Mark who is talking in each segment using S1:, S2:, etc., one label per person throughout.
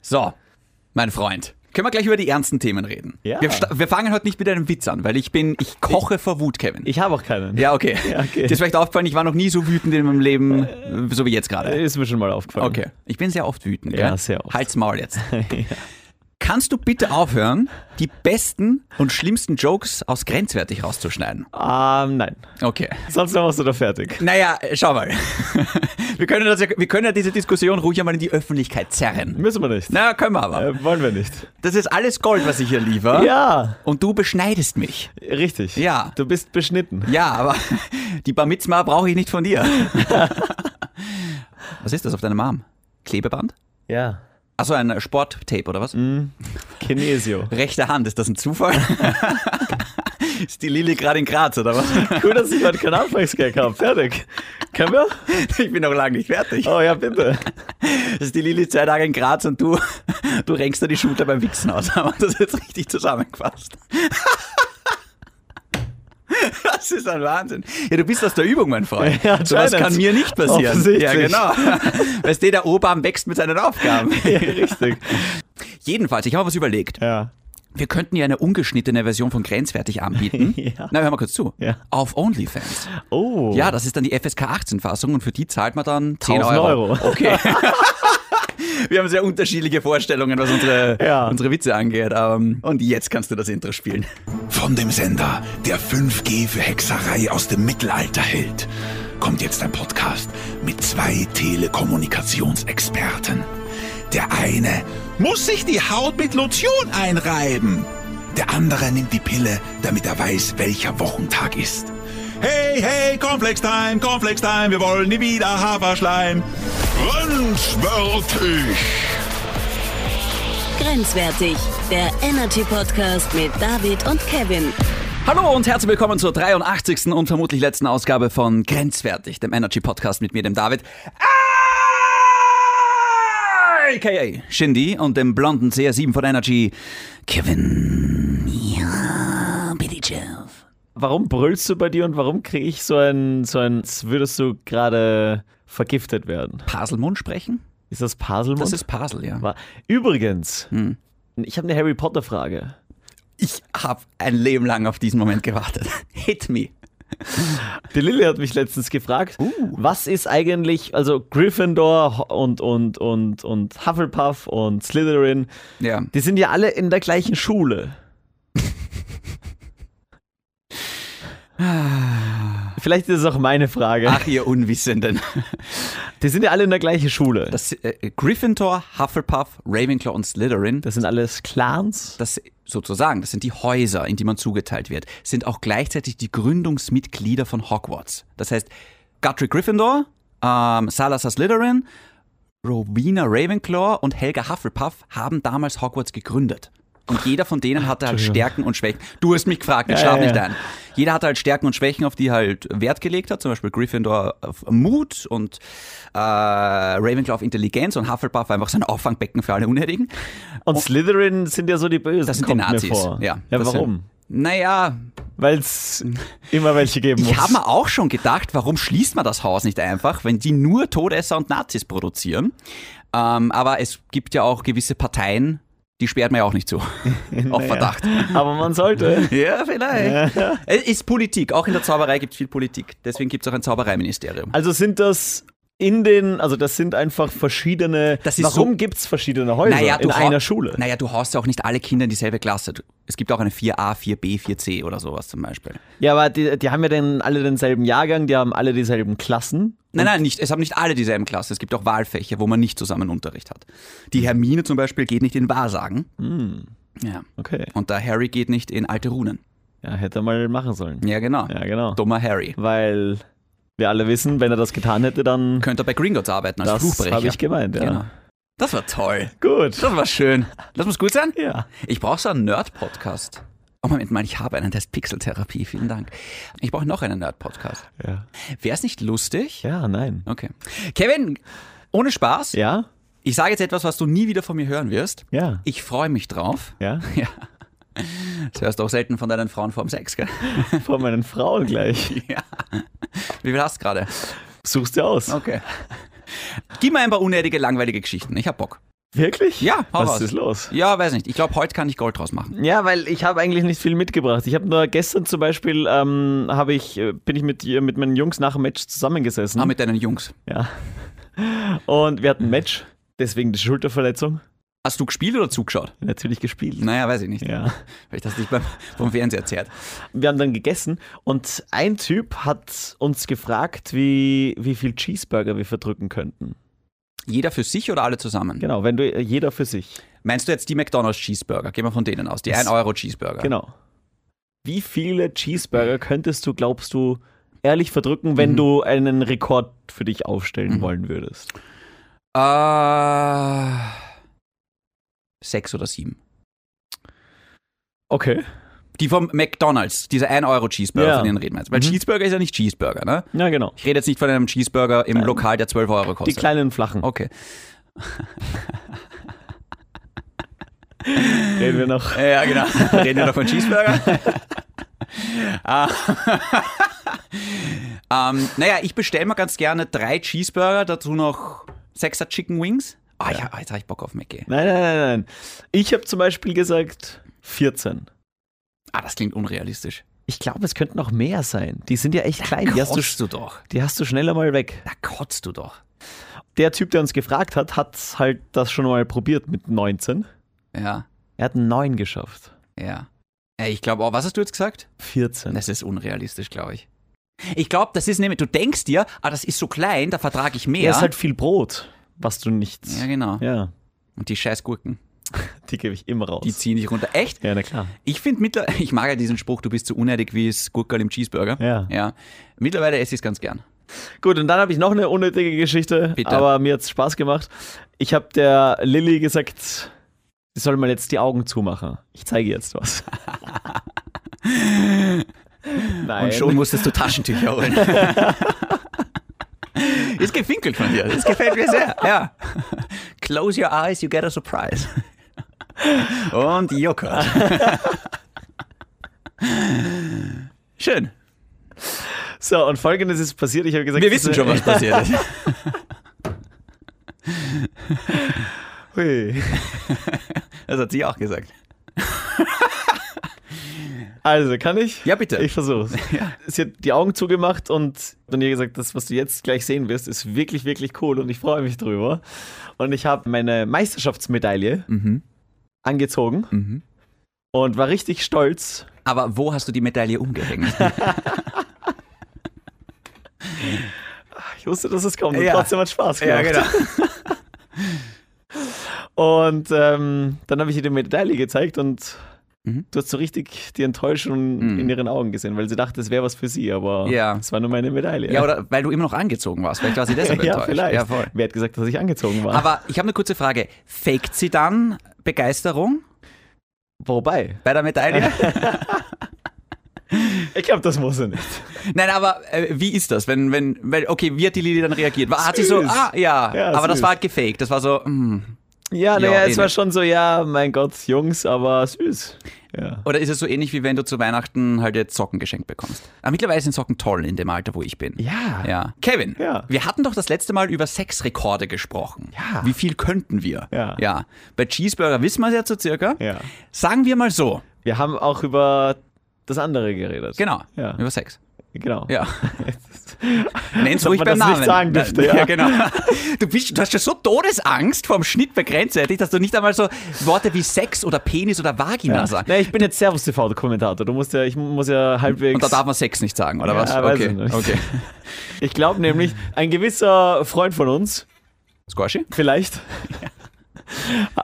S1: So, mein Freund. Können wir gleich über die ernsten Themen reden?
S2: Ja.
S1: Wir, sta- wir fangen heute nicht mit einem Witz an, weil ich bin, ich koche vor Wut, Kevin.
S2: Ich habe auch keinen.
S1: ja, okay.
S2: Ja, okay.
S1: Dir ist vielleicht aufgefallen, ich war noch nie so wütend in meinem Leben, äh, so wie jetzt gerade.
S2: Ist mir schon mal aufgefallen.
S1: Okay. Ich bin sehr oft wütend.
S2: Ja,
S1: gell?
S2: sehr oft.
S1: Halt's Maul jetzt. Kannst du bitte aufhören, die besten und schlimmsten Jokes aus grenzwertig rauszuschneiden?
S2: Ähm, nein.
S1: Okay.
S2: Sonst machst du da fertig.
S1: Naja, äh, schau mal. Wir können, das ja, wir können ja diese Diskussion ruhig einmal in die Öffentlichkeit zerren.
S2: Müssen wir nicht.
S1: Na, können wir aber.
S2: Äh, wollen wir nicht.
S1: Das ist alles Gold, was ich hier liefere.
S2: Ja,
S1: Und du beschneidest mich.
S2: richtig.
S1: Äh? Ja.
S2: Du bist beschnitten.
S1: Ja, aber die Bar Mitzma brauche ich nicht von dir. was ist das auf deinem Arm? Klebeband?
S2: Ja.
S1: Achso, ein Sporttape oder was?
S2: Kinesio.
S1: Rechte Hand, ist das ein Zufall? ist die Lili gerade in Graz oder was?
S2: Cool, dass ich heute keinen Anfangsgag habe. Fertig. Können wir?
S1: Ich bin noch lange nicht fertig.
S2: Oh ja, bitte.
S1: Das ist die Lili zwei Tage in Graz und du, du renkst dir die Schulter beim Wichsen aus. Haben wir das jetzt richtig zusammengefasst? Das ist ein Wahnsinn. Ja, du bist aus der Übung, mein Freund.
S2: Ja,
S1: so was
S2: anscheinend.
S1: kann mir nicht passieren.
S2: Offensichtlich.
S1: Ja, genau. Weißt du, der Oberarm wächst mit seinen Aufgaben.
S2: Ja, richtig.
S1: Jedenfalls, ich habe was überlegt.
S2: Ja.
S1: Wir könnten ja eine ungeschnittene Version von Grenzwertig anbieten.
S2: Ja.
S1: Na, hör mal kurz zu.
S2: Ja.
S1: Auf OnlyFans.
S2: Oh.
S1: Ja, das ist dann die FSK 18-Fassung und für die zahlt man dann 10
S2: 1000
S1: Euro.
S2: Euro.
S1: Okay. Wir haben sehr unterschiedliche Vorstellungen, was unsere,
S2: Ja.
S1: unsere Witze angeht. Ähm, Und jetzt kannst du das Intro spielen.
S3: Von dem Sender, der 5G für Hexerei aus dem Mittelalter hält, kommt jetzt ein Podcast mit zwei Telekommunikationsexperten. Der eine muss sich die Haut mit Lotion einreiben. Der andere nimmt die Pille, damit er weiß, welcher Wochentag ist. Hey, hey, Cornflakes Time, Cornflakes Time, wir wollen nie wieder Haferschleim. Grenzwertig.
S4: Grenzwertig, der Energy Podcast mit David und Kevin.
S1: Hallo und herzlich willkommen zur 83. und vermutlich letzten Ausgabe von Grenzwertig, dem Energy Podcast mit mir, dem David. AKA Shindy und dem blonden CR7 von Energy, Kevin. Ja, bitte, Jeff.
S2: Warum brüllst du bei dir und warum kriege ich so ein, so ein, als würdest du gerade vergiftet werden?
S1: Paselmund sprechen?
S2: Ist das Paselmund?
S1: Das ist Hm. Pasel, ja.
S2: Wa- Übrigens, ich habe eine Harry Potter Frage.
S1: Ich habe ein Leben lang auf diesen Moment gewartet. Hit me.
S2: Die Lilly hat mich letztens gefragt,
S1: Uh.
S2: was ist eigentlich, also Gryffindor Ho- und, und, und, und Hufflepuff und Slytherin,
S1: Ja.
S2: die sind ja alle in der gleichen Schule. Vielleicht ist es auch meine Frage.
S1: Ach, ihr Unwissenden.
S2: Die sind ja alle in der gleichen Schule. Das,
S1: Das, äh, Gryffindor, Hufflepuff, Ravenclaw und Slytherin,
S2: sind alles Clans.
S1: das sozusagen, das sind die Häuser, in die man zugeteilt wird, sind auch gleichzeitig die Gründungsmitglieder von Hogwarts. Das heißt, Guthrie Gryffindor, ähm, Salazar Slytherin, Rowena Ravenclaw und Helga Hufflepuff haben damals Hogwarts gegründet. Und jeder von denen hatte halt Stärken und Schwächen. Du hast mich gefragt, ich
S2: Ja,
S1: schlaf
S2: ja,
S1: nicht
S2: ja.
S1: ein. Jeder hatte halt Stärken und Schwächen, auf die halt Wert gelegt hat. Zum Beispiel Gryffindor auf Mut und äh, Ravenclaw auf Intelligenz und Hufflepuff war einfach so ein Auffangbecken für alle Unnötigen.
S2: Und Slytherin sind ja so die Bösen.
S1: Oh. Das sind
S2: kommt
S1: die Nazis.
S2: Mir vor.
S1: Ja,
S2: ja
S1: das sind-
S2: warum?
S1: Naja,
S2: Weil es immer welche geben muss.
S1: Ich habe mir auch schon gedacht, warum schließt man das Haus nicht einfach, wenn die nur Todesser und Nazis produzieren? Ähm, aber es gibt ja auch gewisse Parteien, die sperrt man ja auch nicht zu. Auf Verdacht.
S2: Aber man sollte.
S1: Ja, vielleicht. Es ist Politik. Auch in der Zauberei gibt es viel Politik. Deswegen gibt es auch ein Zaubereiministerium.
S2: Also sind das in den, also das sind einfach verschiedene.
S1: Das ist
S2: warum
S1: so-
S2: gibt's verschiedene Häuser in
S1: hau-
S2: einer Schule?
S1: Naja, du haust ja auch nicht alle Kinder in dieselbe Klasse. Du- Es gibt auch eine 4a, 4b, 4c oder sowas zum Beispiel.
S2: Ja, aber die, die haben ja dann alle denselben Jahrgang, die haben alle dieselben Klassen.
S1: Nein, nein, nicht, es haben nicht alle dieselben Klassen. Es gibt auch Wahlfächer, wo man nicht zusammen Unterricht hat. Die Hermine zum Beispiel geht nicht in Wahrsagen.
S2: Hm.
S1: Ja.
S2: Okay.
S1: Und der Harry geht nicht in alte Runen.
S2: Ja, hätte er mal machen sollen.
S1: Ja, genau.
S2: Ja, genau.
S1: Dummer Harry.
S2: Weil wir alle wissen, wenn er das getan hätte, dann.
S1: Könnte er bei Gringotts arbeiten als
S2: Das
S1: Fluchbrecher.
S2: habe ich gemeint, ja.
S1: Genau. Das war toll.
S2: Gut.
S1: Das war schön. Das muss gut sein.
S2: Ja.
S1: Ich brauche so einen Nerd-Podcast. Oh Moment mal, ich habe einen, der ist Pixeltherapie. Vielen Dank. Ich brauche noch einen Nerd-Podcast.
S2: Ja,
S1: Wäre es nicht lustig?
S2: ja nein.
S1: Okay. Kevin, ohne Spaß.
S2: Ja?
S1: Ich sage jetzt etwas, was du nie wieder von mir hören wirst.
S2: Ja.
S1: Ich freue mich drauf.
S2: Ja?
S1: Ja. Das hörst du auch selten von deinen Frauen vorm Sex, gell?
S2: Vor meinen Frauen gleich.
S1: Ja. Wie viel hast du gerade?
S2: Suchst du aus.
S1: Okay. Gib mir ein paar unnötige, langweilige Geschichten. Ich hab Bock.
S2: Wirklich?
S1: Ja, hau
S2: Was
S1: raus.
S2: ist los?
S1: Ja, weiß nicht. Ich glaube, heute kann ich Gold draus machen.
S2: Ja, weil ich habe eigentlich nicht viel mitgebracht. Ich habe nur gestern zum Beispiel, ähm, habe ich, äh, bin ich mit, ihr- mit meinen Jungs nach dem Match zusammengesessen.
S1: Ah, mit deinen Jungs.
S2: ja. Und wir hatten ein Match, deswegen die Schulterverletzung.
S1: Hast du gespielt oder zugeschaut?
S2: Natürlich gespielt.
S1: Naja, weiß ich nicht.
S2: Ja.
S1: Weil ich das nicht beim, vom Fernseher erzählt.
S2: Wir haben dann gegessen und ein Typ hat uns gefragt, wie, wie viel Cheeseburger wir verdrücken könnten.
S1: Jeder für sich oder alle zusammen?
S2: Genau, wenn du jeder für sich.
S1: Meinst du jetzt die McDonalds Cheeseburger? Gehen wir von denen aus. Die 1 Euro Cheeseburger.
S2: Genau. Wie viele Cheeseburger könntest du, glaubst du, ehrlich verdrücken,
S1: Mhm.
S2: wenn du einen Rekord für dich aufstellen wollen würdest?
S1: Äh, sechs oder sieben.
S2: Okay.
S1: Die vom McDonalds, diese 1 Euro Cheeseburger,
S2: Ja.
S1: von denen reden wir jetzt. Weil Cheeseburger ist ja nicht Cheeseburger, ne?
S2: Ja, genau.
S1: Ich rede jetzt nicht von einem Cheeseburger im Lokal, der 12 Euro
S2: Die
S1: kostet.
S2: kleinen flachen.
S1: okay.
S2: Reden wir noch.
S1: Ja, genau. Reden wir doch von Cheeseburger. Ah. ähm, naja, ich bestelle mir ganz gerne drei Cheeseburger, dazu noch sechser Chicken Wings. Ah ja, jetzt habe ich Bock auf Mackey.
S2: Nein, nein, nein, nein. Ich habe zum Beispiel gesagt 14.
S1: Ah, das klingt unrealistisch.
S2: Ich glaube, es könnten auch mehr sein. Die sind ja echt klein. Die hast, du,
S1: Kotzt du doch.
S2: die hast du schneller mal weg.
S1: Da kotzt du doch.
S2: Der Typ, der uns gefragt hat, hat halt das schon mal probiert mit 19.
S1: Ja,
S2: Er hat 9 geschafft.
S1: ja. Ey, ich glaube, oh, was hast du jetzt gesagt?
S2: 14.
S1: Das ist unrealistisch, glaube ich. Ich glaube, das ist nämlich, du denkst dir, ah, das ist so klein, da vertrage ich mehr.
S2: Er ist halt viel Brot, was du nicht.
S1: ja, genau.
S2: Ja,
S1: Und die scheiß Gurken,
S2: die gebe ich immer raus.
S1: die ziehen dich runter. Echt?
S2: ja, na klar.
S1: Ich finde mittlerweile, ich mag ja diesen Spruch, du bist so unnötig wie es Gurkel im Cheeseburger.
S2: Ja.
S1: ja. Mittlerweile esse ich es ganz gern.
S2: Gut, und dann habe ich noch eine unnötige Geschichte,
S1: Bitte.
S2: aber mir hat es Spaß gemacht. Ich habe der Lilly gesagt, sie soll mal jetzt die Augen zumachen. Ich zeige jetzt was. Nein.
S1: Und schon musstest du Taschentücher holen. ist gefinkelt von dir. Das gefällt mir sehr. Ja. Close your eyes, you get a surprise. Und Joghurt. Schön.
S2: So, und folgendes ist passiert. Ich habe gesagt,
S1: Wir wissen schon, was passiert ist.
S2: Hui.
S1: Das hat sie auch gesagt.
S2: Also, kann ich?
S1: Ja, bitte.
S2: Ich versuche es. Sie hat die Augen zugemacht und dann ihr gesagt, das, was du jetzt gleich sehen wirst, ist wirklich, wirklich cool und ich freue mich drüber. Und ich habe meine Meisterschaftsmedaille
S1: Mhm.
S2: angezogen
S1: Mhm.
S2: und war richtig stolz.
S1: Aber wo hast du die Medaille umgehängt?
S2: Ich wusste, dass es kommt und
S1: Ja. genau.
S2: trotzdem hat Spaß gemacht. Und ähm, dann habe ich ihr die Medaille gezeigt und
S1: Mhm.
S2: du hast so richtig die Enttäuschung in ihren Augen gesehen, weil sie dachte, es wäre was für sie, aber
S1: Ja.
S2: es war nur meine Medaille.
S1: Ja, oder weil du immer noch angezogen warst. Vielleicht war sie deshalb
S2: ja,
S1: enttäuscht.
S2: vielleicht.
S1: Ja, voll.
S2: Wer hat gesagt, dass ich angezogen war?
S1: Aber ich habe eine kurze Frage. Faked sie dann Begeisterung
S2: Wobei,
S1: bei der Medaille?
S2: ich glaube, das muss er nicht.
S1: Nein, aber äh, wie ist das, wenn, wenn, wenn, okay, wie hat die Lili dann reagiert? War, hat sie so,
S2: Süß.
S1: ah, ja,
S2: Ja,
S1: aber das
S2: süß.
S1: war halt gefaked. Das war so, mm.
S2: Ja,
S1: Ja,
S2: naja,
S1: eh
S2: es war
S1: nicht.
S2: schon so, ja, mein Gott, Jungs, aber süß. Ja.
S1: Oder ist es so ähnlich, wie wenn du zu Weihnachten halt jetzt Socken geschenkt bekommst? Aber mittlerweile sind Socken toll in dem Alter, wo ich bin.
S2: Ja.
S1: Ja. Kevin,
S2: Ja.
S1: wir hatten doch das letzte Mal über Sexrekorde gesprochen.
S2: Ja.
S1: Wie viel könnten wir?
S2: Ja.
S1: ja. Bei Cheeseburger wissen wir es ja so circa.
S2: Ja.
S1: Sagen wir mal so,
S2: Wir haben auch über das andere geredet.
S1: genau,
S2: Ja.
S1: über Sex.
S2: Genau.
S1: Ja. Nenn's
S2: Ob
S1: ruhig
S2: man
S1: beim
S2: das
S1: Namen.
S2: nicht sagen dürfte,
S1: ja.
S2: ja.
S1: genau. Du, bist, du hast ja so Todesangst vorm Schnitt bei grenzwertig, dass du nicht einmal so Worte wie Sex oder Penis oder Vagina
S2: Ja.
S1: sagst.
S2: Nee, ich bin jetzt Servus TV Kommentator. Du musst ja, ich muss ja halbwegs.
S1: Und da darf man Sex nicht sagen, oder
S2: Ja,
S1: was?
S2: weiß
S1: okay.
S2: ich nicht.
S1: okay.
S2: Ich glaube nämlich, ein gewisser Freund von uns,
S1: Squashy?
S2: vielleicht,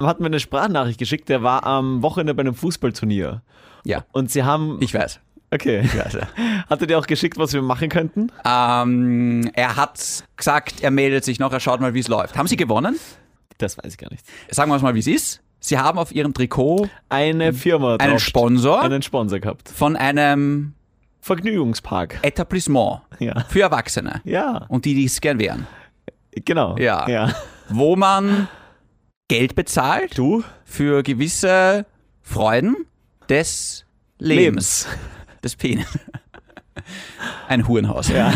S2: hat mir eine Sprachnachricht geschickt, der war am Wochenende bei einem Fußballturnier.
S1: Ja,
S2: Und sie haben.
S1: ich weiß.
S2: okay.
S1: weiß,
S2: Hat er dir auch geschickt, was wir machen könnten?
S1: Ähm, er hat gesagt, er meldet sich noch, er schaut mal, wie es läuft. Haben Sie gewonnen?
S2: Das weiß ich gar nicht.
S1: Sagen wir uns mal, wie es ist. Sie haben auf Ihrem Trikot
S2: Eine Firma.
S1: einen
S2: drauf-
S1: Sponsor
S2: Einen Sponsor gehabt.
S1: von einem
S2: Vergnügungspark.
S1: Etablissement
S2: Ja.
S1: für Erwachsene
S2: Ja,
S1: und die, die es gern wären,
S2: genau.
S1: Ja.
S2: ja.
S1: wo man Geld bezahlt
S2: Du?
S1: für gewisse Freuden des Lebens, des Penis. Ein Hurenhaus. Ja.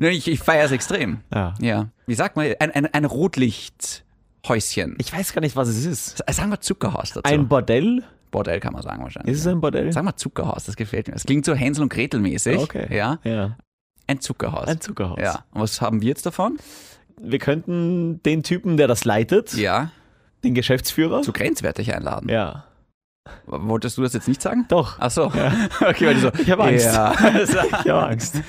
S1: Ich, ich feiere es extrem.
S2: Ja.
S1: Ja. Wie sagt man? Ein, ein, ein Rotlichthäuschen.
S2: Ich weiß gar nicht, was es ist.
S1: Sagen wir Zuckerhaus dazu.
S2: Ein Bordell?
S1: Bordell kann man sagen wahrscheinlich.
S2: Ist es ein Bordell?
S1: Sagen wir Zuckerhaus, das gefällt mir. Das klingt so Hänsel und Gretel mäßig.
S2: Okay.
S1: Ja.
S2: ja.
S1: Ein Zuckerhaus.
S2: Ein Zuckerhaus.
S1: Ja. Und was haben wir jetzt davon?
S2: Wir könnten den Typen, der das leitet,
S1: Ja.
S2: den Geschäftsführer.
S1: Zu grenzwertig einladen.
S2: ja.
S1: Wolltest du das jetzt nicht sagen?
S2: Doch.
S1: Ach so. Ah, Okay, weil die so.
S2: Ich habe Angst.
S1: Ja.
S2: Ich habe Angst.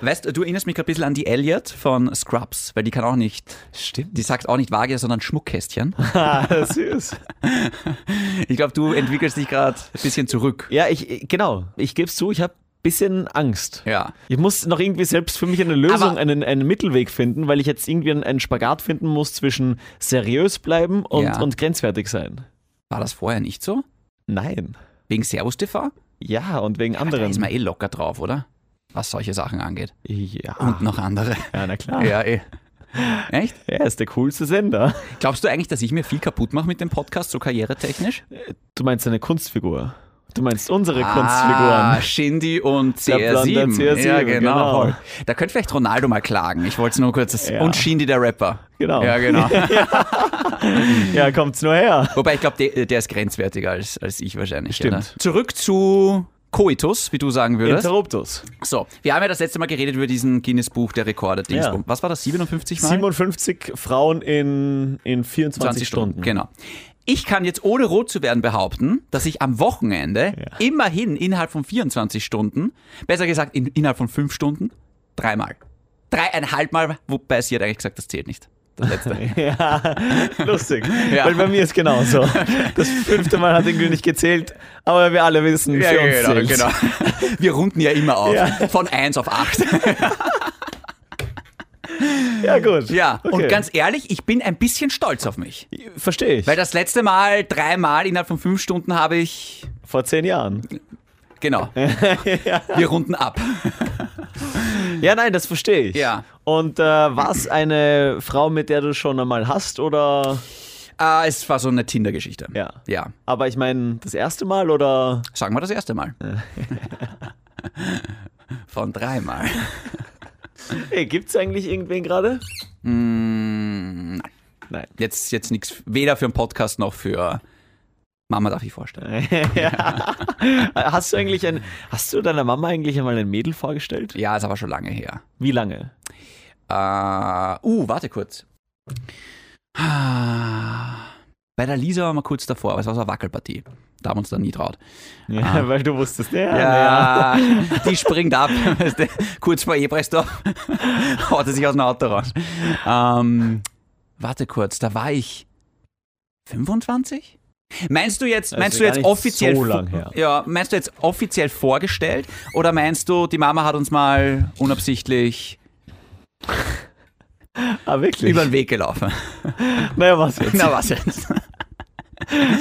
S1: Weißt du, du erinnerst mich gerade ein bisschen an die Elliot von Scrubs, weil die kann auch nicht,
S2: Stimmt.
S1: die sagt auch nicht Waage, sondern Schmuckkästchen.
S2: Ah, süß.
S1: Ich glaube, du entwickelst dich gerade ein bisschen zurück.
S2: Ja, ich, genau. Ich gebe es zu, ich habe ein bisschen Angst.
S1: Ja.
S2: Ich muss noch irgendwie selbst für mich eine Lösung,
S1: Aber-
S2: einen, einen Mittelweg finden, weil ich jetzt irgendwie einen, einen Spagat finden muss zwischen seriös bleiben und,
S1: Ja.
S2: und grenzwertig sein.
S1: War das vorher nicht so?
S2: Nein.
S1: Wegen Servus TV?
S2: Ja, und wegen
S1: Aber Da
S2: anderen.
S1: ist man eh locker drauf, oder? Was solche Sachen angeht.
S2: Ja.
S1: Und noch andere.
S2: Ah. ja, na klar.
S1: Ja, eh. Echt?
S2: Er ist der coolste Sender.
S1: Glaubst du eigentlich, dass ich mir viel kaputt mache mit dem Podcast, so karrieretechnisch?
S2: Du meinst eine Kunstfigur. Du meinst unsere
S1: Ah,
S2: Kunstfiguren.
S1: Shindy und
S2: Der blonde
S1: CR7.
S2: CR7,
S1: ja, genau.
S2: genau.
S1: voll. Da könnte vielleicht Ronaldo mal klagen. Ich wollte es nur kurz.
S2: Ja.
S1: Und Shindy, der Rapper.
S2: Genau.
S1: Ja, genau.
S2: Ja, kommt's nur her.
S1: Wobei ich glaube, der, der ist grenzwertiger als, als ich wahrscheinlich.
S2: Stimmt.
S1: Oder? Zurück zu Coitus, wie du sagen würdest.
S2: Interruptus.
S1: so, wir haben ja das letzte Mal geredet über diesen Guinness-Buch der Rekorde. Dingsbum.
S2: Ja.
S1: Was war das? 57 Mal?
S2: 57 Frauen in, in 24 Stunden.
S1: Genau. Ich kann jetzt ohne rot zu werden behaupten, dass ich am Wochenende immerhin innerhalb von 24 Stunden, besser gesagt in, innerhalb von 5 Stunden, dreimal. Dreieinhalb Mal, wobei sie hat eigentlich gesagt, das zählt nicht. Das letzte.
S2: Ja, lustig.
S1: Ja.
S2: Weil bei mir ist genauso. Das fünfte Mal hat irgendwie nicht gezählt, aber wir alle wissen, für uns zählt's.
S1: genau, Wir runden ja immer auf.
S2: genau, Ja.
S1: Von 1 auf 8.
S2: Ja, gut.
S1: genau. Ja,
S2: Okay.
S1: und ganz ehrlich, ich bin ein bisschen stolz auf mich.
S2: Verstehe ich.
S1: Weil das letzte Mal, dreimal innerhalb von fünf Stunden habe ich.
S2: Vor zehn Jahren.
S1: Genau. Wir runden ab.
S2: Ja, nein, das verstehe ich.
S1: Ja.
S2: Und äh, war es eine Frau, mit der du schon einmal hast oder?
S1: Äh, es war so eine Tinder-Geschichte.
S2: Ja.
S1: Ja.
S2: Aber ich meine, das erste Mal oder?
S1: Sagen wir das erste Mal. Von dreimal.
S2: Hey, gibt's eigentlich irgendwen gerade?
S1: Mm,
S2: nein.
S1: Jetzt, jetzt nichts, weder für einen Podcast noch für Mama darf ich vorstellen.
S2: Hast du eigentlich ein, hast du deiner Mama eigentlich einmal ein Mädel vorgestellt?
S1: Ja, ist aber schon lange her.
S2: Wie lange?
S1: Äh, uh, warte kurz. Ah, Bei der Lisa waren wir kurz davor, aber es war so eine Wackelpartie. Da haben wir uns dann nie traut.
S2: Ja, weil du wusstest, ja,
S1: Ah. Ja, die springt ab. Weißt du, kurz vor Ebrestor haut er sich aus dem Auto raus. Ähm, warte kurz, da war ich 25? Meinst du jetzt,
S2: Also
S1: meinst du
S2: gar
S1: jetzt
S2: nicht
S1: offiziell
S2: so
S1: vo-
S2: lang her.
S1: Ja, meinst du jetzt offiziell vorgestellt oder meinst du, die Mama hat uns mal unabsichtlich
S2: Ah, wirklich?
S1: über den Weg gelaufen?
S2: naja, was jetzt?
S1: Na was jetzt?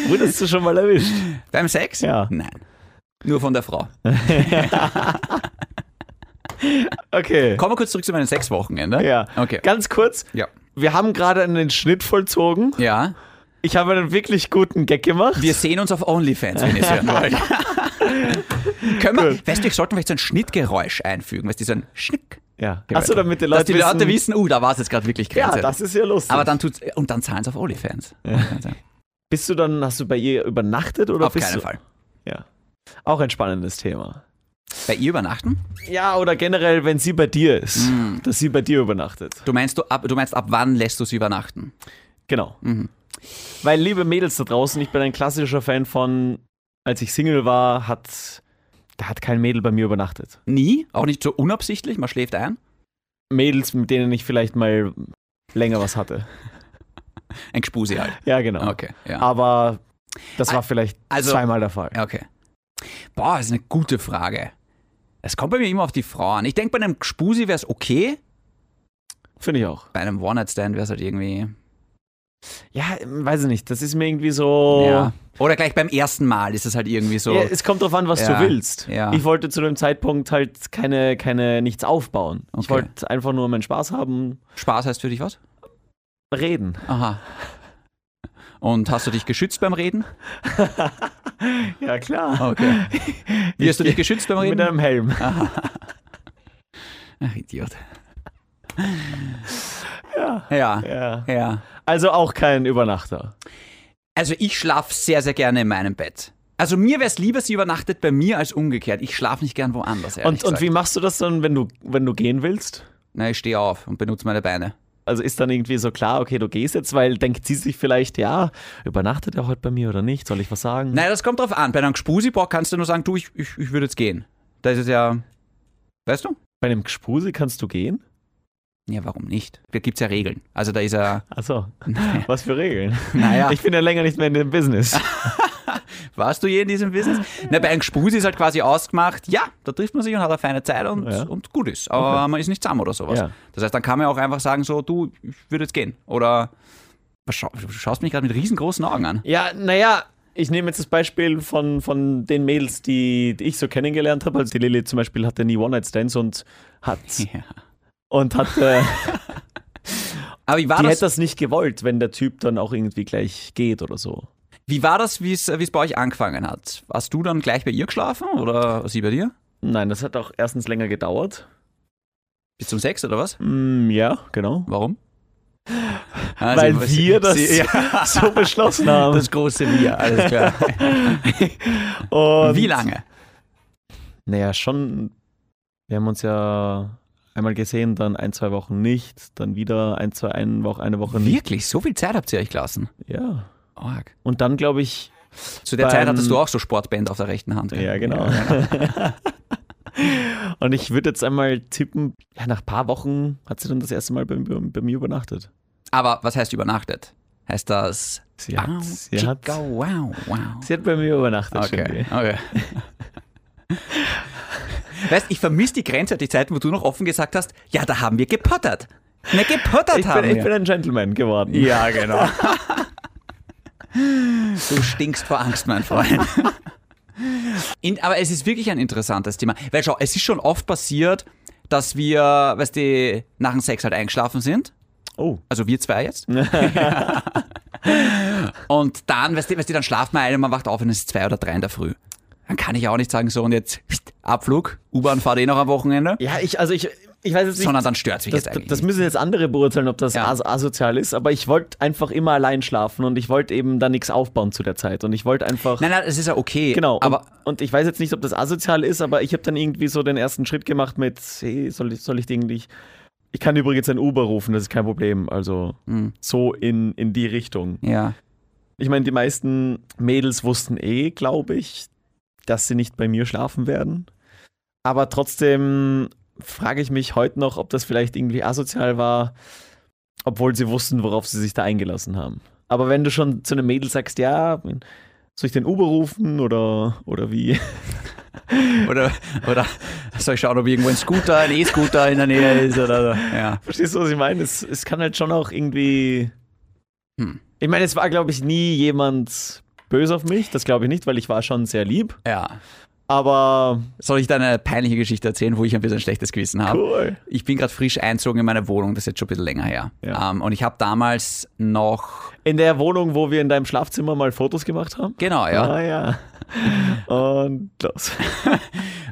S2: Wurdest du schon mal erwischt?
S1: Beim Sex?
S2: Ja.
S1: Nein. Nur von der Frau.
S2: Okay.
S1: Kommen wir kurz zurück zu meinem Sexwochenende.
S2: Ja.
S1: Okay.
S2: Ganz kurz.
S1: Ja.
S2: Wir haben gerade einen Schnitt vollzogen.
S1: Ja.
S2: Ich habe einen wirklich guten Gag gemacht.
S1: Wir sehen uns auf OnlyFans, wenn ihr es hören wollt. Können wir,
S2: Gut.
S1: weißt du, ich sollte vielleicht so ein Schnittgeräusch einfügen, weißt du, so ein Schnick.
S2: ja. Achso, damit die
S1: Dass
S2: Leute
S1: die
S2: wissen,
S1: Leute wissen, uh, da war es jetzt gerade wirklich
S2: Ja,
S1: Grenze.
S2: das ist ja lustig.
S1: Aber dann tut's, und dann zahlen sie auf OnlyFans.
S2: bist du dann, hast du bei ihr übernachtet oder
S1: auf
S2: bist
S1: keinen
S2: du,
S1: Fall.
S2: Ja. Auch ein spannendes Thema.
S1: Bei ihr übernachten?
S2: Ja, oder generell, wenn sie bei dir ist,
S1: Mhm.
S2: dass sie bei dir übernachtet.
S1: Du meinst, du, ab, du meinst, ab wann lässt du sie übernachten?
S2: Genau.
S1: Mhm.
S2: Weil, liebe Mädels da draußen, ich bin ein klassischer Fan von, als ich Single war, hat, da hat kein Mädel bei mir übernachtet.
S1: Nie? Auch nicht so unabsichtlich? Man schläft ein?
S2: Mädels, mit denen ich vielleicht mal länger was hatte.
S1: Ein Gspusi halt.
S2: Ja, genau.
S1: Okay, ja.
S2: Aber das war vielleicht
S1: Also-
S2: zweimal der Fall.
S1: Okay. Boah, das ist eine gute Frage. Es kommt bei mir immer auf die Frau an. Ich denke, bei einem Gspusi wäre es okay.
S2: Finde ich auch.
S1: Bei einem One-Night-Stand wäre es halt irgendwie...
S2: Ja, weiß ich nicht. Das ist mir irgendwie so.
S1: Ja. Oder gleich beim ersten Mal ist es halt irgendwie so.
S2: Oh. Ja, es kommt drauf an, was
S1: Ja,
S2: du willst.
S1: ja.
S2: Ich wollte zu dem Zeitpunkt halt keine, keine nichts aufbauen. Ich
S1: Okay.
S2: wollte einfach nur meinen Spaß haben,
S1: Spaß heißt für dich was?
S2: reden.
S1: Aha. Und hast du dich geschützt beim Reden?
S2: Ja, klar.
S1: Okay. Wie hast du dich geschützt beim
S2: Mit
S1: Reden?
S2: einem Helm.
S1: Ach, Idiot.
S2: Ja.
S1: Ja,
S2: ja.
S1: ja.
S2: Also auch kein Übernachter.
S1: Also ich schlafe sehr, sehr gerne in meinem Bett. Also mir wäre es lieber, sie übernachtet bei mir als umgekehrt. Ich schlafe nicht gern woanders, ehrlich
S2: Und, und wie
S1: gesagt.
S2: machst du das dann, wenn du, wenn du gehen willst?
S1: Na, ich stehe auf und benutze meine Beine.
S2: Also ist dann irgendwie so klar, okay, du gehst jetzt, weil denkt sie sich vielleicht, ja, übernachtet er heute bei mir oder nicht? Soll ich was sagen?
S1: Naja, das kommt drauf an. Bei einem Gspusi-Bock kannst du nur sagen, du, ich, ich, ich würde jetzt gehen. Da ist es ja, weißt du?
S2: Bei einem Gespuse kannst du gehen?
S1: Ja, warum nicht? Da gibt es ja Regeln. Also da ist ja,
S2: Achso, was für Regeln.
S1: Naja.
S2: Ich bin ja länger nicht mehr in dem Business.
S1: warst du je in diesem Business? Na, bei einem Gspusi ist halt quasi ausgemacht, ja, da trifft man sich und hat eine feine Zeit und,
S2: Ja.
S1: und gut ist. Aber man ist nicht zusammen oder sowas.
S2: Ja.
S1: Das heißt, dann kann man auch einfach sagen, so, du, ich würde jetzt gehen. Oder, was schau, du schaust mich gerade mit riesengroßen Augen an.
S2: Ja, naja, ich nehme jetzt das Beispiel von, von den Mädels, die, die ich so kennengelernt habe. Also die Lilly zum Beispiel hatte nie One-Night-Stands und hat
S1: Ja.
S2: und hat, äh,
S1: Aber wie war
S2: die
S1: das?
S2: hätte das nicht gewollt, wenn der Typ dann auch irgendwie gleich geht oder so.
S1: Wie war das, wie es wie es bei euch angefangen hat? Hast du dann gleich bei ihr geschlafen oder sie bei dir?
S2: Nein, das hat auch erstens länger gedauert.
S1: Bis zum Sex oder was?
S2: Mm, ja, genau.
S1: Warum? Also,
S2: Weil
S1: was-
S2: wir das
S1: sie- ja,
S2: so beschlossen haben.
S1: das große Wir, alles klar.
S2: Und-
S1: wie lange?
S2: Naja, schon. Wir haben uns ja einmal gesehen, dann ein, zwei Wochen nicht, dann wieder ein, zwei, eine Woche, eine Woche nicht.
S1: Wirklich, so viel Zeit habt ihr euch gelassen.
S2: Ja.
S1: Arg.
S2: Und dann glaube ich.
S1: Zu der
S2: Beim-
S1: Zeit hattest du auch so Sportband auf der rechten Hand. gell?
S2: Ja, genau. Und ich würde jetzt einmal tippen, ja, nach ein paar Wochen hat sie dann das erste Mal bei, bei, bei mir übernachtet.
S1: Aber was heißt übernachtet? Heißt das
S2: Sie hat,
S1: Wow,
S2: sie hat,
S1: Chica, wow, wow.
S2: sie hat bei mir übernachtet.
S1: Okay, Ah,
S2: Shindy.
S1: okay. Weißt, ich vermisse die Grenze, die Zeiten, wo du noch offen gesagt hast, ja, da haben wir gepottert. Ne, gepottert
S2: Ich
S1: haben
S2: bin, ich
S1: wir.
S2: bin ein Gentleman geworden.
S1: Ja, genau. du stinkst vor Angst, mein Freund. In, aber es ist wirklich ein interessantes Thema. Weil schau, es ist schon oft passiert, dass wir, weißt du, nach dem Sex halt eingeschlafen sind.
S2: Oh,
S1: Also wir zwei jetzt. und dann, weißt du, weißt du, dann schlaft man ein und man wacht auf und es ist zwei oder drei in der Früh. Dann kann ich auch nicht sagen, so und jetzt pst, Abflug, U-Bahn fahrt eh noch am Wochenende.
S2: Ja, ich, also ich, ich weiß jetzt nicht.
S1: Sondern dann stört's mich
S2: das,
S1: jetzt eigentlich
S2: Das
S1: nicht.
S2: müssen jetzt andere beurteilen, ob das
S1: Ja.
S2: as asozial ist, aber ich wollte einfach immer allein schlafen und ich wollte eben da nichts aufbauen zu der Zeit. Und ich wollte einfach.
S1: Nein, nein, das ist ja okay.
S2: genau.
S1: Aber
S2: und, und ich weiß jetzt nicht, ob das asozial ist, aber ich habe dann irgendwie so den ersten Schritt gemacht mit, hey, soll ich, soll ich eigentlich. Ich kann übrigens ein Uber rufen, das ist kein Problem. Also so in, in die Richtung.
S1: hm, ja.
S2: Ich meine, die meisten Mädels wussten eh, glaube ich, dass sie nicht bei mir schlafen werden. Aber trotzdem frage ich mich heute noch, ob das vielleicht irgendwie asozial war, obwohl sie wussten, worauf sie sich da eingelassen haben. Aber wenn du schon zu einem Mädel sagst, ja, soll ich den Uber rufen oder, oder wie?
S1: Oder, oder soll ich schauen, ob irgendwo ein Scooter, ein E-Scooter in der Nähe ist oder so. Ja.
S2: Verstehst du, was ich meine? Es, es kann halt schon auch irgendwie.
S1: Hm.
S2: Ich meine, es war, glaube ich, nie jemand böse auf mich. Das glaube ich nicht, weil ich war schon sehr lieb.
S1: ja.
S2: Aber
S1: Soll ich da eine peinliche Geschichte erzählen, wo ich ein bisschen ein schlechtes Gewissen habe?
S2: cool.
S1: Ich bin gerade frisch einzogen in meine Wohnung, das ist jetzt schon ein bisschen länger her.
S2: Ja.
S1: Ähm, und ich habe damals noch,
S2: In der Wohnung, wo wir in deinem Schlafzimmer mal Fotos gemacht haben?
S1: genau, ja.
S2: Ah ja. Und los.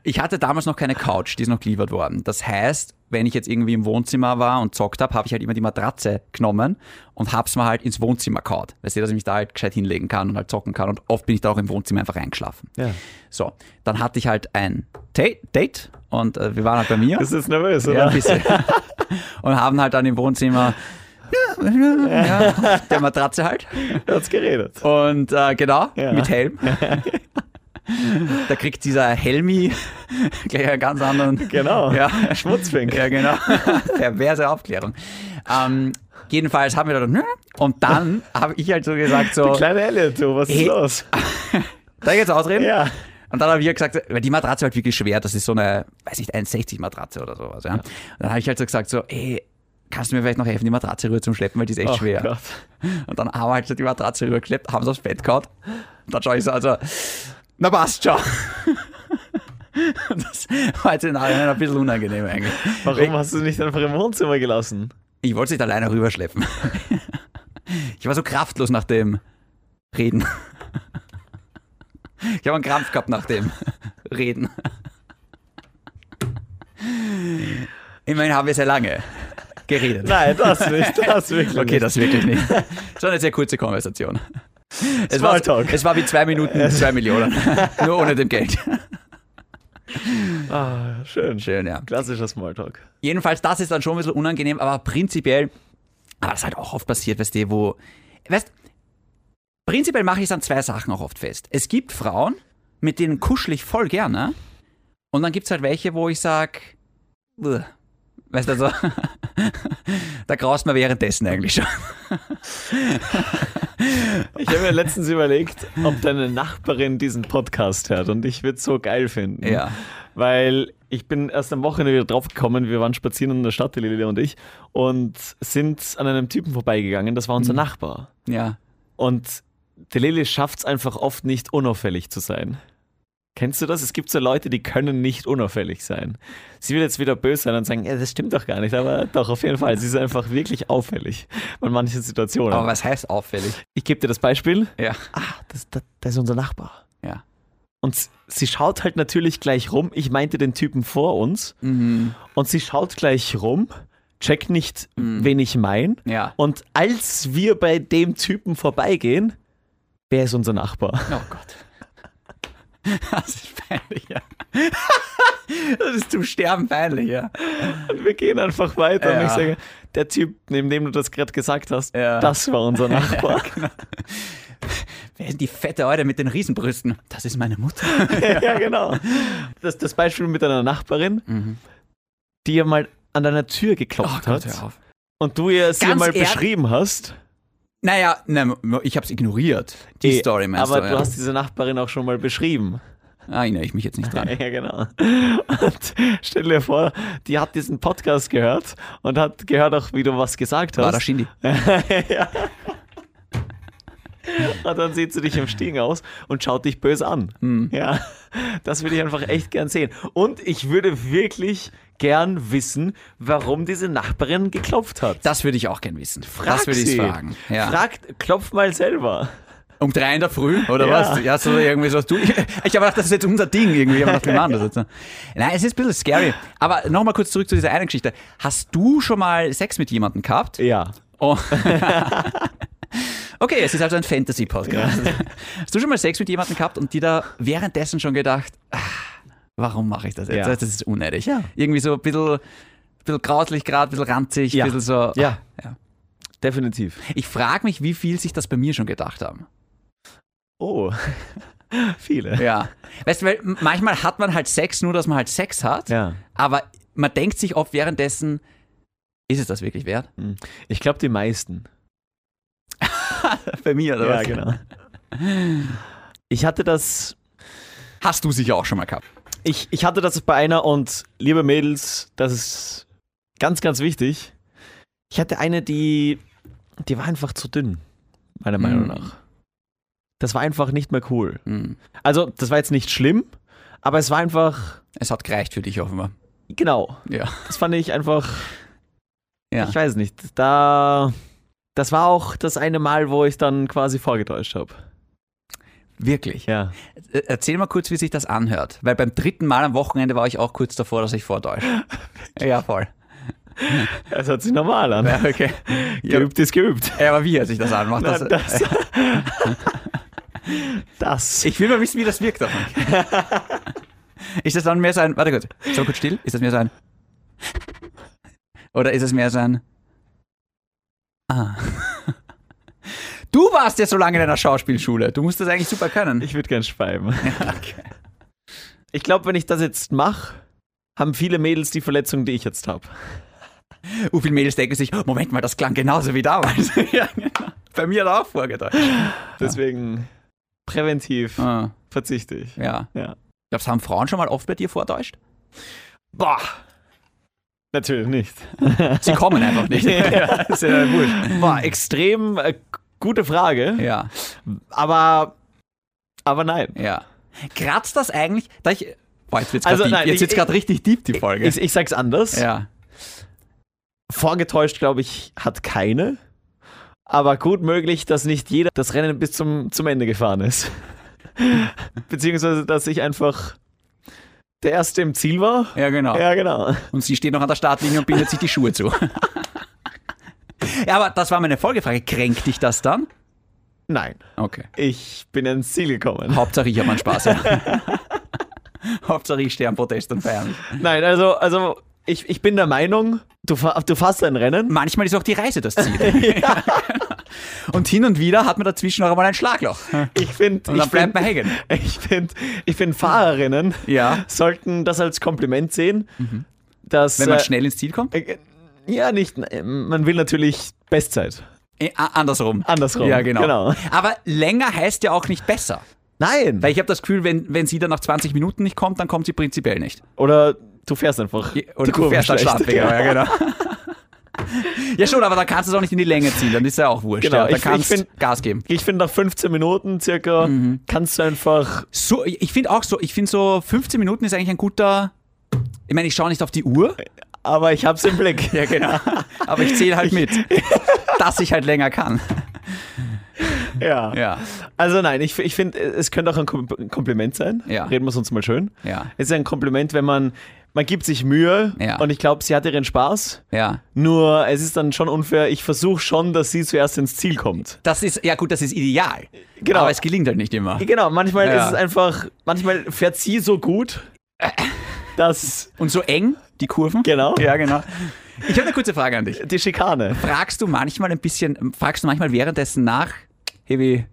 S1: Ich hatte damals noch keine Couch, die ist noch geliefert worden. Das heißt, wenn ich jetzt irgendwie im Wohnzimmer war und zockt habe, habe ich halt immer die Matratze genommen und hab's mir halt ins Wohnzimmer gehauen. Weißt du, dass ich mich da halt gescheit hinlegen kann und halt zocken kann. Und oft bin ich da auch im Wohnzimmer einfach eingeschlafen.
S2: Ja.
S1: So, dann hatte ich halt ein Ta- Date und äh, wir waren halt bei mir.
S2: Bist du jetzt nervös,
S1: Ja, ein
S2: oder?
S1: bisschen. und haben halt dann im Wohnzimmer ja, auf der Matratze halt.
S2: Hat's geredet.
S1: Und äh, genau,
S2: Ja.
S1: mit Helm. da kriegt dieser Helmi gleich einen ganz anderen.
S2: Genau.
S1: Ja.
S2: Schmutzfink.
S1: Ja, genau. Perverse Aufklärung. Ähm, jedenfalls haben wir dann, und dann habe ich halt so gesagt, so,
S2: Kleine Elliot, du, was
S1: Hey.
S2: ist los?
S1: darf ich jetzt ausreden?
S2: Ja.
S1: Und dann habe ich halt gesagt, weil die Matratze halt wirklich schwer, das ist so eine, weiß nicht, 1,60 Matratze oder sowas. Ja? Und dann habe ich halt so gesagt, so, ey, kannst du mir vielleicht noch helfen, die Matratze rüber zum Schleppen, weil die ist echt
S2: Oh
S1: schwer.
S2: Gott.
S1: Und dann haben wir halt so die Matratze rübergeschleppt, haben sie aufs Bett gehauen. Und dann schaue ich so, also, na passt, ciao. Das war jetzt in Nachhinein ein bisschen unangenehm eigentlich.
S2: Warum hast du nicht einfach im Wohnzimmer gelassen?
S1: Ich wollte es nicht alleine rüberschleppen. Ich war so kraftlos nach dem Reden. Ich habe einen Krampf gehabt nach dem Reden. Immerhin haben wir sehr lange geredet.
S2: Nein, das nicht. Das wirklich
S1: Okay,
S2: nicht.
S1: das wirklich nicht. Es war eine sehr kurze Konversation. Es war,
S2: Smalltalk.
S1: es war wie zwei Minuten, zwei Millionen. Nur ohne dem Geld.
S2: Ah, schön.
S1: Schön, ja.
S2: Klassischer Smalltalk.
S1: Jedenfalls, das ist dann schon ein bisschen unangenehm, aber prinzipiell, aber das ist halt auch oft passiert, weißt du, wo, weißt, prinzipiell mache ich es an zwei Sachen auch oft fest. Es gibt Frauen, mit denen kuschel ich voll gerne und dann gibt es halt welche, wo ich sag, "Ugh." weißt du, also, da graust man währenddessen eigentlich schon.
S2: Ich habe mir letztens überlegt, ob deine Nachbarin diesen Podcast hört und ich würde es so geil finden.
S1: Ja.
S2: Weil ich bin erst am Wochenende wieder draufgekommen, wir waren spazieren in der Stadt, die Lilia und ich, und sind an einem Typen vorbeigegangen, das war unser Nachbar.
S1: Ja.
S2: Und die Lili schafft es einfach oft nicht unauffällig zu sein. Kennst du das? Es gibt so Leute, die können nicht unauffällig sein. Sie will jetzt wieder böse sein und sagen, ja, das stimmt doch gar nicht, aber doch, auf jeden Fall. Sie ist einfach wirklich auffällig in manchen Situationen.
S1: Aber was heißt auffällig?
S2: ich gebe dir das Beispiel.
S1: Ja.
S2: Ah, das, das, das ist unser Nachbar.
S1: Ja.
S2: Und s- sie schaut halt natürlich gleich rum. Ich meinte den Typen vor uns.
S1: Mhm.
S2: Und sie schaut gleich rum, checkt nicht,
S1: Hm.
S2: wen ich mein.
S1: Ja.
S2: Und als wir bei dem Typen vorbeigehen, wer ist unser Nachbar?
S1: Oh Gott. Das ist peinlich, ja. Das ist zum Sterben peinlich, ja.
S2: Und wir gehen einfach weiter. Und
S1: Ja.
S2: ich sage, der Typ, neben dem du das gerade gesagt hast,
S1: Ja.
S2: das war unser Nachbar.
S1: Wer ist die fette Eule mit den Riesenbrüsten? Das ist meine Mutter.
S2: ja, genau. Das, das Beispiel mit deiner Nachbarin,
S1: Mhm.
S2: die ja mal an deiner Tür geklopft hat.
S1: Oh auf.
S2: Und du ihr es ihr
S1: Ganz
S2: mal
S1: ehrlich-
S2: beschrieben hast.
S1: Naja, nein, ich hab's ignoriert. Die
S2: Eh,
S1: Story meinst
S2: Aber
S1: du.
S2: du
S1: ja.
S2: hast diese Nachbarin auch schon mal beschrieben.
S1: Ah, erinnere ich mich jetzt nicht dran.
S2: Ja, genau. Und stell dir vor, die hat diesen Podcast gehört und hat gehört auch, wie du was gesagt hast.
S1: War das Shindy?
S2: Und dann sieht sie dich im Stiegen aus und schaut dich böse an.
S1: Hm.
S2: Ja, das würde ich einfach echt gern sehen. Und ich würde wirklich gern wissen, warum diese Nachbarin geklopft hat.
S1: Das würde ich auch gern wissen.
S2: Frag
S1: das würde ich
S2: sie.
S1: fragen. Ja.
S2: Fragt, klopf mal selber.
S1: um drei in der Früh oder
S2: Ja.
S1: was? Ja, so irgendwie so. Du, ich habe gedacht, das ist jetzt unser Ding irgendwie. Ich habe gedacht, wir machen das jetzt. Nein, es ist ein bisschen scary. Aber nochmal kurz zurück zu dieser einen Geschichte. Hast du schon mal Sex mit jemandem gehabt?
S2: Ja.
S1: Oh. Okay, es ist also ein Fantasy-Podcast. Hast du schon mal Sex mit jemandem gehabt und die da währenddessen schon gedacht, "Ah, warum mache ich das jetzt?
S2: Ja.
S1: Das ist unnötig.
S2: Ja.
S1: Irgendwie so ein bisschen, bisschen grauslich gerade, ein bisschen ranzig,
S2: Ja.
S1: ein bisschen so.
S2: Ja.
S1: Ja.
S2: Definitiv.
S1: Ich frage mich, wie viel sich das bei mir schon gedacht haben.
S2: Oh, viele.
S1: Ja. Weißt du, weil manchmal hat man halt Sex, nur dass man halt Sex hat,
S2: Ja.
S1: aber man denkt sich oft währenddessen, ist es das wirklich wert?
S2: Ich glaube, die meisten.
S1: Bei mir, oder was? genau.
S2: Ich hatte das
S1: Hast du sicher auch schon mal gehabt.
S2: ich, ich hatte das bei einer und liebe Mädels, das ist ganz, ganz wichtig. Ich hatte eine, die, die war einfach zu dünn, meiner Meinung
S1: Mhm.
S2: nach. Das war einfach nicht mehr cool.
S1: Hm.
S2: Also, das war jetzt nicht schlimm, aber es war einfach,
S1: Es hat gereicht für dich offenbar.
S2: genau,
S1: Ja.
S2: das fand ich einfach,
S1: Ja.
S2: ich weiß nicht, da, das war auch das eine Mal, wo ich dann quasi vorgetäuscht habe.
S1: Wirklich.
S2: Ja.
S1: Äh, Erzähl mal kurz, wie sich das anhört. Weil beim dritten Mal am Wochenende war ich auch kurz davor, dass ich vordeutsche. ja, voll.
S2: Es hört sich normal an.
S1: Ja, okay. Ja,
S2: Geübt ist geübt.
S1: ja, aber wie er sich das anmacht.
S2: Na,
S1: Das,
S2: das. äh, das.
S1: ich will mal wissen, wie das wirkt. auf mich. ist das dann mehr so ein. Warte kurz. So kurz still. Ist das mehr so ein. Oder ist es mehr so ein. Ah. Du warst ja so lange in einer Schauspielschule. Du musst das eigentlich super können.
S2: Ich würde gern schweiben. Ich glaube, wenn ich das jetzt mache, haben viele Mädels die Verletzung, die ich jetzt habe.
S1: Uh, viele Mädels denken sich, Moment mal, das klang genauso wie damals. ja, genau. Bei mir hat er auch vorgedeutscht.
S2: Deswegen präventiv
S1: Ah.
S2: verzichte ich.
S1: Ja.
S2: Ja.
S1: Das haben Frauen schon mal oft bei dir vortäuscht?
S2: Boah! Natürlich nicht.
S1: Sie kommen einfach nicht. ja, ist ja gut.
S2: Boah, extrem äh, gute Frage,
S1: Ja,
S2: aber, aber nein.
S1: ja. Kratzt das eigentlich? Da ich, boah, jetzt wird's
S2: Also
S1: also,
S2: nein,
S1: deep. Jetzt
S2: ich-
S1: wird's gerade richtig deep, die Folge.
S2: Ich, ich sag's anders.
S1: ja.
S2: Vorgetäuscht, glaube ich, hat keine. Aber gut möglich, dass nicht jeder das Rennen bis zum, zum Ende gefahren ist. Beziehungsweise, dass ich einfach der erste im Ziel war.
S1: Ja, genau.
S2: Ja, genau.
S1: Und sie steht noch an der Startlinie und bindet sich die Schuhe zu. ja, aber das war meine Folgefrage. Kränkt dich das dann?
S2: Nein,
S1: Okay.
S2: ich bin ans Ziel gekommen.
S1: Hauptsache ich habe meinen Spaß. Hauptsache ich stehe am Protest und feiern.
S2: Nein, also, also ich, ich bin der Meinung, du, fa du fährst ein Rennen.
S1: Manchmal ist auch die Reise das Ziel. Und hin und wieder hat man dazwischen auch einmal ein Schlagloch.
S2: Ich finde,
S1: Und
S2: ich
S1: dann bleibt
S2: find,
S1: man hängen.
S2: ich find, ich find Fahrerinnen
S1: Ja. Mhm.
S2: sollten das als Kompliment sehen, dass
S1: Wenn man
S2: äh,
S1: schnell ins Ziel kommt?
S2: äh, ja nicht, äh, man will natürlich Bestzeit.
S1: Äh, a- andersrum.
S2: Andersrum,
S1: Ja, genau.
S2: genau.
S1: Aber länger heißt ja auch nicht besser.
S2: Nein.
S1: Weil ich habe das Gefühl, wenn, wenn sie dann nach 20 Minuten nicht kommt, dann kommt sie prinzipiell nicht.
S2: Oder du fährst einfach.
S1: Oder du
S2: Kurven
S1: fährst dann
S2: schlecht.
S1: Startweg. Ja, genau. ja, schon, aber dann kannst du es auch nicht in die Länge ziehen. Dann ist ja auch wurscht. Ja,
S2: Genau,
S1: dann
S2: ich- ich
S1: kannst du
S2: find-
S1: Gas geben.
S2: Ich finde, nach 15 Minuten circa
S1: Mhm.
S2: kannst du einfach.
S1: So, ich finde auch so, ich finde so 15 Minuten ist eigentlich ein guter. Ich meine, ich schaue nicht auf die Uhr.
S2: Aber ich hab's im Blick.
S1: Ja, genau. Aber ich zähle halt mit, dass ich halt länger kann.
S2: ja.
S1: Ja.
S2: Also nein, ich, ich finde, es könnte auch ein Kom- Kompliment sein.
S1: Ja.
S2: Reden wir es uns mal schön.
S1: Ja.
S2: Es ist ein Kompliment, wenn man. Man gibt sich Mühe
S1: Ja.
S2: und ich glaube, sie hat ihren Spaß.
S1: Ja.
S2: Nur es ist dann schon unfair. Ich versuche schon, dass sie zuerst ins Ziel kommt.
S1: Das ist, ja gut, das ist ideal.
S2: Genau.
S1: Aber es gelingt halt nicht immer.
S2: Genau, manchmal
S1: Ja.
S2: ist es einfach, manchmal fährt sie so gut, dass
S1: Und so eng, die Kurven.
S2: Genau.
S1: Ja, genau. Ich habe eine kurze Frage an dich.
S2: die Schikane.
S1: Fragst du manchmal ein bisschen, fragst du manchmal währenddessen nach, hey, wie,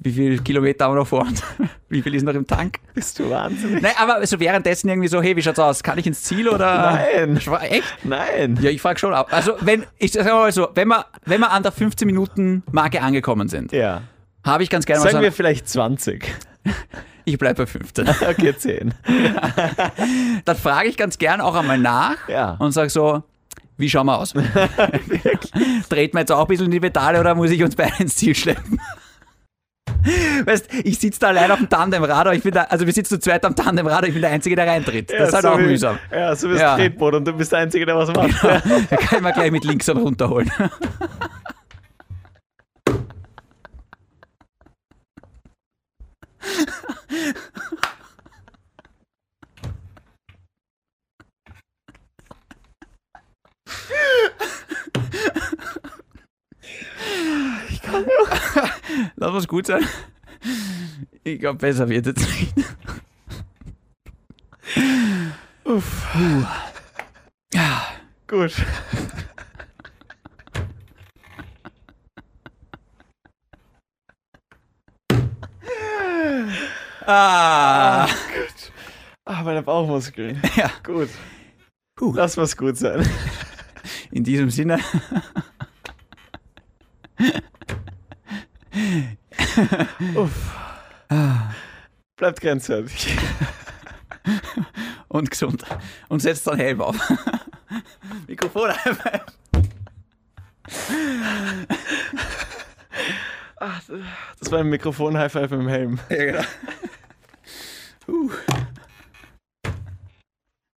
S1: wie viel Kilometer haben wir noch vor uns? Wie viel ist noch im Tank?
S2: Bist du wahnsinnig?
S1: Nein, aber so währenddessen irgendwie so, hey, wie schaut's aus? Kann ich ins Ziel oder?
S2: Nein.
S1: Echt?
S2: Nein.
S1: Ja, ich frage schon ab. Also, wenn, ich sag mal so, wenn wir, wenn wir an der 15-Minuten-Marke angekommen sind,
S2: Ja.
S1: habe ich ganz gerne mal
S2: Sagen wir
S1: sagen,
S2: vielleicht 20.
S1: ich bleibe bei 15.
S2: Okay, 10.
S1: Dann frage ich ganz gern auch einmal nach
S2: Ja.
S1: und sage so, wie schauen wir aus? Dreht man jetzt auch ein bisschen in die Pedale oder muss ich uns beide ins Ziel schleppen? Weißt, ich sitze da allein auf dem Tandemrad, aber ich bin da, also wir sitzen zu zweit am Tandemrad, aber ich bin der Einzige, der reintritt. das ist halt auch
S2: wie,
S1: mühsam.
S2: Ja, so bist
S1: Ja.
S2: ja. Tretboot und du bist der Einzige, der was macht.
S1: Da kann ich mir gleich mit links am runterholen. Lass uns gut sein. Ich glaube, besser wird jetzt nicht.
S2: Gut.
S1: Ah.
S2: Ah, meine Bauchmuskeln.
S1: Ja.
S2: Gut.
S1: Puh.
S2: Lass was gut sein.
S1: In diesem Sinne.
S2: Bleibt grenzwertig.
S1: und gesund. Und setzt dann Helm auf. Mikrofon einfach.
S2: Das war ein Mikrofon-High-Five im Helm.
S1: Ja, genau.